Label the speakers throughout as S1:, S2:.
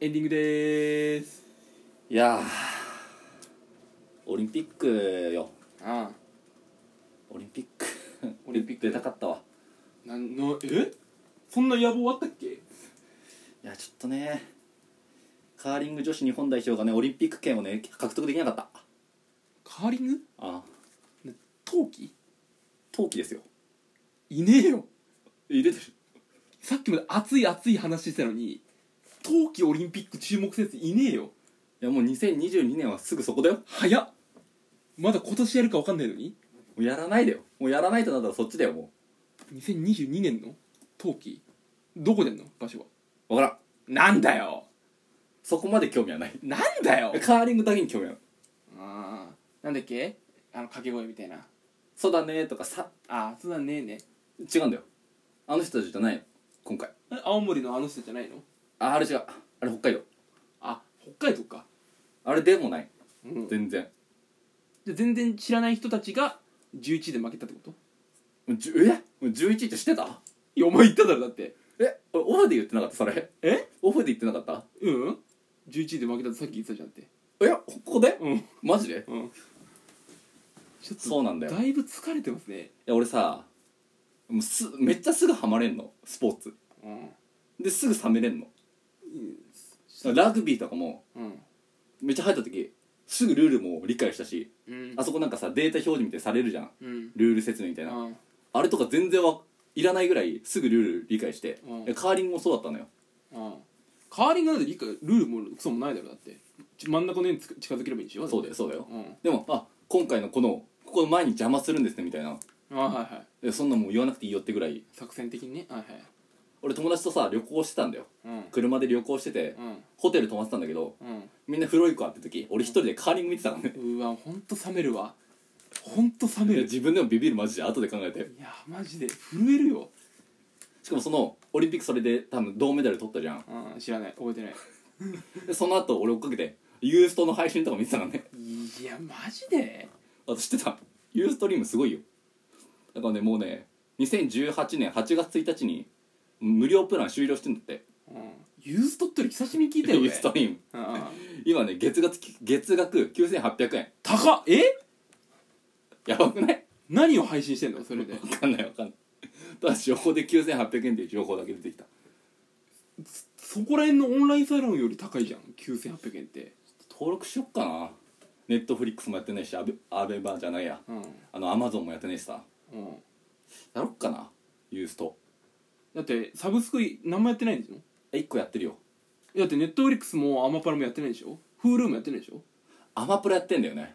S1: エンディングでーす
S2: いやーオリンピックよ
S1: あ
S2: オリンピック
S1: オリンピック
S2: 出たかったわ
S1: あなんのえそんな野望あったっけ
S2: いやちょっとねカーリング女子日本代表がねオリンピック権をね獲得できなかった
S1: カーリング
S2: あ
S1: 陶器
S2: 冬季ですよ
S1: いねえよ
S2: え出てる
S1: さっきまで熱い熱い話してたのに冬季オリンピック注目せずいねえよ
S2: いやもう2022年はすぐそこだよも
S1: 早っまだ今年やるか分かんないのに
S2: うやらないでよもうやらないとなったらそっちだよも
S1: 2022年の冬季どこでんの場所は
S2: うわからん
S1: なんだよ
S2: そこまで興味はない
S1: なんだよ
S2: カーリングだけに興味ある
S1: あーなんだっけあの掛け声みたいな
S2: そうだねとかさ
S1: ああそうだねえね
S2: 違うんだよあの人たちじゃないの今回
S1: え青森のあの人じゃないの
S2: ああれ違うあれ北海道
S1: あ北海道か、
S2: あれでもない
S1: うん、じゃ
S2: 全然
S1: あ全然知らない人たちが11で負けたってこと
S2: じゅえもう11って知ってた
S1: いやお前言っただろだって
S2: え俺オフで言ってなかったそれ
S1: え
S2: オフで言ってなかった
S1: うん11で負けたってさっき言ってたじゃんって
S2: いやここで
S1: うん
S2: マジで
S1: うんちょっと
S2: そうなんだよい
S1: だいぶ疲れてますね
S2: や俺さもうすめっちゃすぐハマれんのスポーツ
S1: うん
S2: ですぐ冷めれんのラグビーとかも
S1: うん
S2: めっちゃ入った時すぐルールも理解したし
S1: うん
S2: あそこなんかさデータ表示みたいにされるじゃん
S1: うん
S2: ルール説明みたいな
S1: あ
S2: あれとか全然はいらないぐらいすぐルール理解して
S1: うん
S2: いやカーリングもそうだったのよ
S1: あカーリングなんて理解ルールもクソもないだろだってち真ん中の円につく近づければいいんでしょ
S2: そう
S1: だ
S2: だよそうだよ
S1: ってうん
S2: でもあ今回のこのここの前に邪魔するんですねみたいな
S1: あはいはい
S2: いやそんなもう言わなくていいよってぐらい
S1: 作戦的にねはいはい
S2: 俺友達とさ旅行してたんだよ
S1: うん
S2: 車で旅行してて
S1: うん
S2: ホテル泊まってたんだけど
S1: うん
S2: みんな風呂行くわって時俺一人でカーリング見てたのね
S1: うわほんと冷めるわほんと冷め
S2: いや
S1: る
S2: 自分でもビビるマジで後で考えて
S1: いやマジで震えるよ、
S2: しかもそのオリンピックそれで多分銅メダル取ったじゃん
S1: うん、知らない覚えてない
S2: でその後俺追っかけてユーストの配信とか見てたのね
S1: いやマジで
S2: あと知ってたユーストリームすごいよだからねもうね2018年8月1日に無料プラン終了してんだって
S1: うんユーストってる久しぶりに聞いたよ
S2: ユ
S1: 俺
S2: ーストリーム
S1: うんうん
S2: 今ね月額月額9800円
S1: 高っえ
S2: やばくない
S1: 何を配信してんのそれで
S2: 分かんない分かんないただ情報で9800円っていう情報だけ出てきた
S1: そこら辺のオンラインサロンより高いじゃん9800円って
S2: 登録しよっかなネットフリックスもやってないしアベアベバじゃないや
S1: うん、うん、
S2: あのアマゾンもやってないしさやろっかなユースト
S1: だってサブスクい何もやってないんでしょ
S2: え1個やってるよ
S1: だってネットフリックスもアマプラもやってないでしょ Hulu もやってないでしょ
S2: アマプラやってんだよね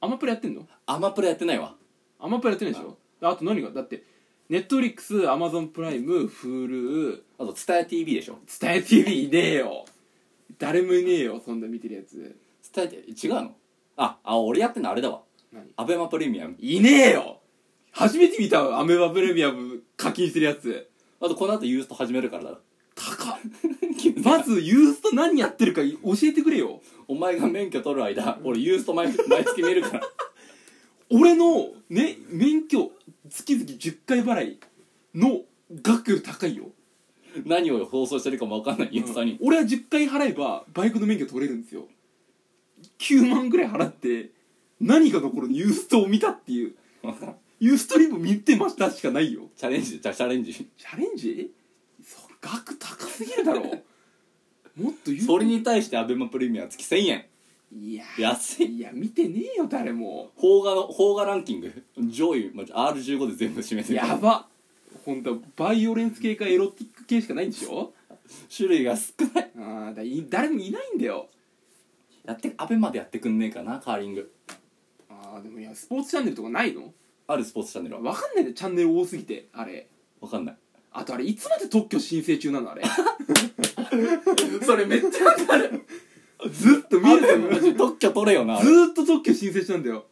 S1: アマプラやってんの
S2: アマプラやってないわ
S1: アマプラやってないでしょあと何がだってネットフリックスアマゾンプライム Hulu
S2: あと伝え TV でしょ
S1: 伝え TV いねえよ誰もいねえよそんな見てるやつ
S2: 伝えて違うのああ俺やってんのあれだわ
S1: 何
S2: アベマプレミアム
S1: いねえよ初めて見たわアメバプレミアム課金してるやつ
S2: あとこの後ユースト始めるからだ
S1: 高っまずユースト何やってるか教えてくれよ
S2: お前が免許取る間俺ユースト毎毎月見るから
S1: 俺のね免許月々10回払いの額より高いよ
S2: 何を放送してるかも分かんないユーストに、
S1: 俺は10回払えばバイクの免許取れるんですよ9万ぐらい払って何かの頃にユーストを見たって いう
S2: 分からん
S1: ユーストリーム見てましたしかないよ
S2: チャレンジじゃあチャレンジ
S1: チャレンジそう額高すぎるだろ もっと言う
S2: それに対してアベマプレミアム月1000円
S1: いや
S2: 安い
S1: いや見てねえよ誰も
S2: 邦画の邦画ランキング上位まじ R15 で全部占めてる
S1: やば本当バイオレンス系かエロティック系しかないんでしょ
S2: 種類が少ない
S1: ああだい誰もいないんだよ
S2: やってアベマでやってくんねえかなカーリング
S1: ああでもいやスポーツチャンネルとかないの
S2: あるスポーツチャンネルは
S1: わかんないでチャンネル多すぎてあれ
S2: 分かんない
S1: あとあれいつまで特許申請中なの あれ
S2: それめっちゃ分かる
S1: ずっと見る
S2: 見る
S1: の
S2: の
S1: よ
S2: 特許取れよなあ
S1: ず
S2: れ
S1: ーっと特許申請中なんだよ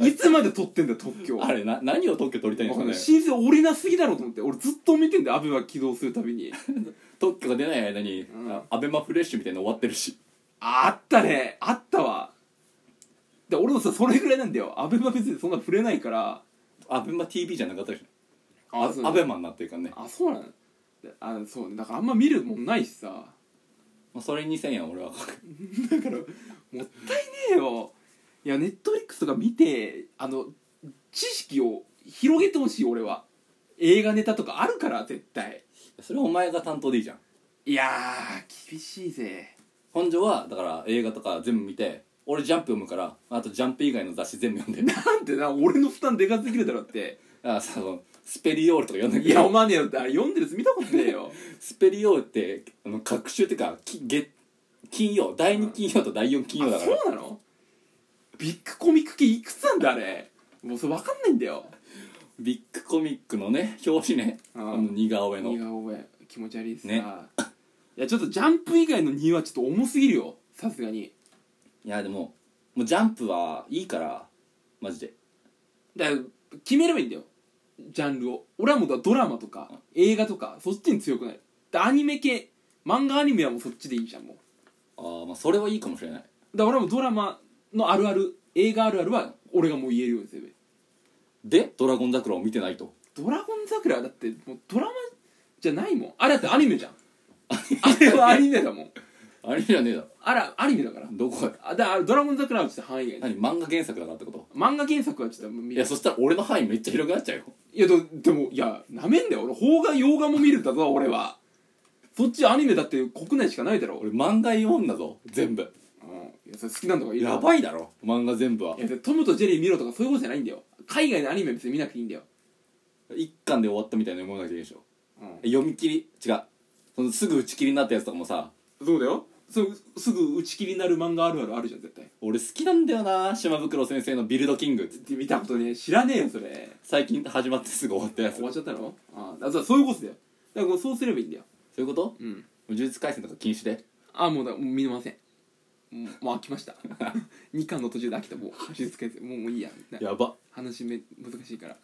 S1: いつまで取ってんだよ特許を
S2: あれな何を特許取りたいんで
S1: わか
S2: すか
S1: んな
S2: ね
S1: い申請折れなすぎだろうと思って俺ずっと見てんだよアベマ起動するたびに
S2: 特許が出ない間に、
S1: うん
S2: あアベマフレッシュみたいなの終わってるし
S1: あったねあったわで俺もさそれぐらいなんだよアベマ別にそんな触れないから
S2: アベマ TV じゃなかったでしょ
S1: そう
S2: アベマになってるからね
S1: あそうなのであそうねだからあんま見るもんないしさ
S2: まあ、それに2000円俺はかけ
S1: だからもったいねえよいやネットフリックスとか見てあの知識を広げてほしい俺は映画ネタとかあるから絶対
S2: それはお前が担当でいいじゃん
S1: いやー厳しいぜ
S2: 本庄はだから映画とか全部見て俺ジャンプ読むからあとジャンプ以外の雑誌全部読んで
S1: なんてな俺の負担でかすぎるだろって
S2: あそのスペリオールとか読んで
S1: いやおまんねえよってあれ読んでるやつ見たことねえよ
S2: スペリオールってあの隔週っていうかき月金曜第2金曜と第4金曜だ
S1: あ
S2: から
S1: そうなのビッグコミック系いくつなんだあれもうそれ分かんないんだよ
S2: ビッグコミックのね表紙ね
S1: う
S2: あ
S1: ん
S2: の似顔絵の
S1: 似顔絵気持ち悪いっす
S2: ね
S1: ないやちょっとジャンプ以外の2はちょっと重すぎるよさすがに
S2: いやでももうジャンプはいいからマジで
S1: だから決めればいいんだよジャンルを俺はもうドラマとか映画とかそっちに強くなるでアニメ系漫画アニメはもうそっちでいいじゃんも
S2: ああまあそれはいいかもしれないう
S1: だから俺はもうドラマのあるある映画あるあるは俺がもう言えるようにすればいい
S2: で「ドラゴン桜」を見てないと
S1: ドラゴン桜はだってもうドラマじゃないもんあれだってアニメじゃんあれはアニメだもん
S2: あれじゃねえだろ
S1: あらアニメだから
S2: どこ
S1: あだからドラゴン桜はちょっと範囲外
S2: 何漫画原作だからってこと
S1: 漫画原作はちょっともう見
S2: い
S1: る
S2: やそしたら俺の範囲めっちゃ広くなっちゃうよ
S1: いやででもいやなめんだよ俺邦画洋画も見るんだぞ俺はそっちアニメだって国内しかないだろ
S2: 俺漫画読んだぞ全部
S1: うんいやそれ好きなんとかいる
S2: や
S1: い
S2: ばいだろ漫画全部はい
S1: やでトムとジェリー見ろとかそういうことじゃないんだよ海外のアニメ別に見なくていいんだよ、
S2: 一巻で終わったみたいなもんだけでしょ
S1: うん、
S2: 読み切り違うそのすぐ打ち切りになったやつとかもさ
S1: そうだよそうすぐ打ち切りになる漫画あるあるあるじゃん絶対
S2: 俺好きなんだよな島袋先生の「ビルドキング」って
S1: 見たことねえ知らねえよそれ
S2: 最近始まってすぐ終わったやつ
S1: 終
S2: そ
S1: わっちゃったのああだからそういうことだよだからそうすればいいんだよ
S2: ういうこと
S1: うん
S2: 呪術廻戦とか禁止で
S1: あもうだもう見れませんもうもう飽きま した2巻の途中で飽きたもう走りつけてもうもういいやみたいな
S2: やば
S1: 話め難しいから
S2: い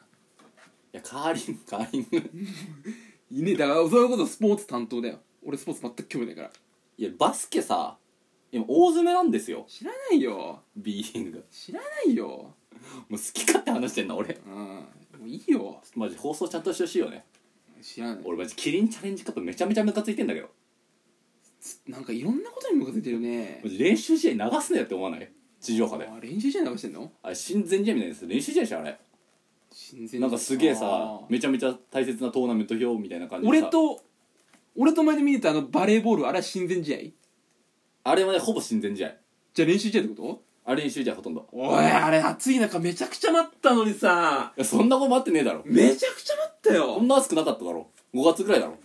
S2: やカーリングカーリング
S1: いいねだからそういうことスポーツ担当だよ俺スポーツ全く興味ないから
S2: いやバスケさ今大詰めなんですよ
S1: 知らないよ
S2: B リーグが
S1: 知らないよ
S2: もう好き勝手話してんな俺
S1: うんもういいよ
S2: マジ放送ちゃんとしてほしいよね
S1: 知らない
S2: 俺マジキリンチャレンジカップめちゃめちゃムカついてんだけど
S1: なんかいろんなことに向かせてるね
S2: マジ練習試合流すなよって思わない地上波で
S1: あ練習試合流してんの
S2: あれ親善試合みたいなやつ練習試合でしょあれ
S1: 親善
S2: なんかすげえさ
S1: あー
S2: めちゃめちゃ大切なトーナメント表みたいな感じで
S1: 俺
S2: さ
S1: と俺と前で見に行ったあのバレーボールあれは親善試合
S2: あれはねほぼ親善試合
S1: じゃあ練習試合ってこと
S2: あれ練習試合ほとんど
S1: おいあれ暑い中めちゃくちゃ待ったのにさ
S2: いやそんなこと待ってねえだろ
S1: めちゃくちゃ待った
S2: そ
S1: よ
S2: んな暑くなかっただろ5月ぐらいだろ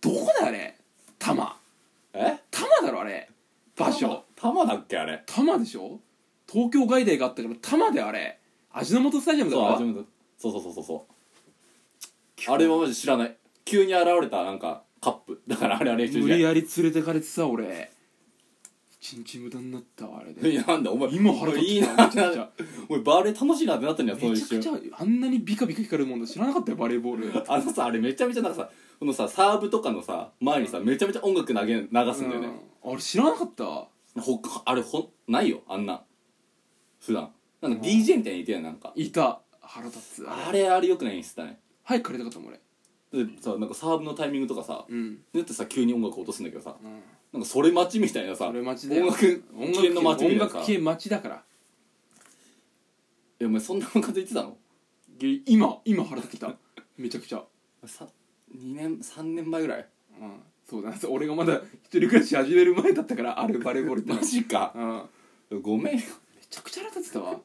S1: どこだよあれ多摩
S2: え
S1: 多摩だろあれ場所
S2: 多摩だっけあれ
S1: 多摩でしょ東京外大があったから多摩であれ味の素スタジアムだ
S2: そう
S1: ろ
S2: 初めてそうそうそうそうそうあれはマジ知らない急に現れたなんかカップだからあれは練習
S1: 無
S2: 試
S1: 理
S2: 合
S1: やり連れてかれてさ俺一日無駄になったわあれ
S2: い
S1: で
S2: やなんだお前
S1: 今腹立
S2: いい
S1: つ
S2: な
S1: なめちゃくちゃ
S2: お前バレー楽しいなってなったんだよそう
S1: め
S2: 一
S1: ちゃくち
S2: 瞬
S1: ゃあんなにビカビカ光るもんだ知らなかったよバレーボール
S2: あのさあれめちゃめちゃなんかさこのさサーブとかのさ前にさめちゃめちゃ音楽投げ流すんだよね
S1: うんあれ知らなかった
S2: ほかあれほないよあんな普段なんか DJ みたいにいてやんなんか
S1: いた腹立つあれ
S2: あれあれよくない演出だね
S1: 早く帰りたかったもん俺
S2: でさなんかサーブのタイミングとかさ
S1: うん
S2: だってさ急に音楽落とすんだけどさ
S1: うん
S2: なんかそれ待ちみたいなさ
S1: それ待ちだ
S2: 音
S1: よ
S2: 楽
S1: 音
S2: 系の
S1: 楽
S2: 待ち
S1: 系音
S2: みたいなさ
S1: 楽系街だから
S2: えお前そんなムカついてたの
S1: で今今腹立ってきためちゃくちゃ
S2: さ2年3年前ぐらい
S1: うんそうだな俺がまだ一人暮らし始める前だったからあれバレーボールって
S2: マジか
S1: うん
S2: ごめんよ
S1: めちゃくちゃ腹立ってたわ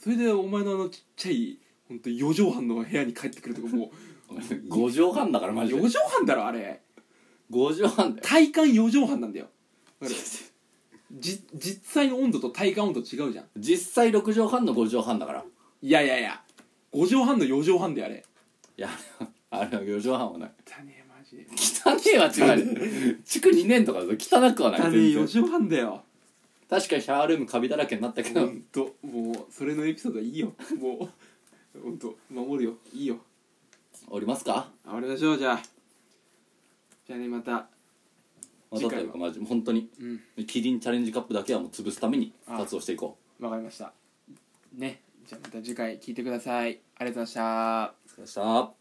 S1: それでお前のあのちっちゃい本当4畳半の部屋に帰ってくるとこも
S2: 5畳半だから
S1: う
S2: マジ
S1: 4
S2: で
S1: 畳半だろあれ
S2: 5畳半だよ
S1: 体感4畳半なんだよわかるじ実際の温度と体感温度違うじゃん
S2: 実際6畳半の5畳半だから
S1: いやいやいや5畳半の4畳半であれ
S2: いやあれはあれは4畳半はない
S1: 汚ねえマジで
S2: 汚ねえは違 うよ築2年とかだと汚くはない
S1: 汚ねえ
S2: 全
S1: 4
S2: 然
S1: 畳半だよ
S2: 確かにシャワールームカビだらけになったけど、
S1: 本当もうそれのエピソードはいいよもう本当守るよいいよ
S2: おりますか
S1: ありましょうじゃあじゃあねまた
S2: また
S1: 次
S2: と
S1: 回は
S2: いうかマジ本当に
S1: うん
S2: キリンチャレンジカップだけはもう潰すために活動していこ
S1: わかりましたねじゃあまた次回聞いてくださいありがとうございました
S2: うお疲れ様でした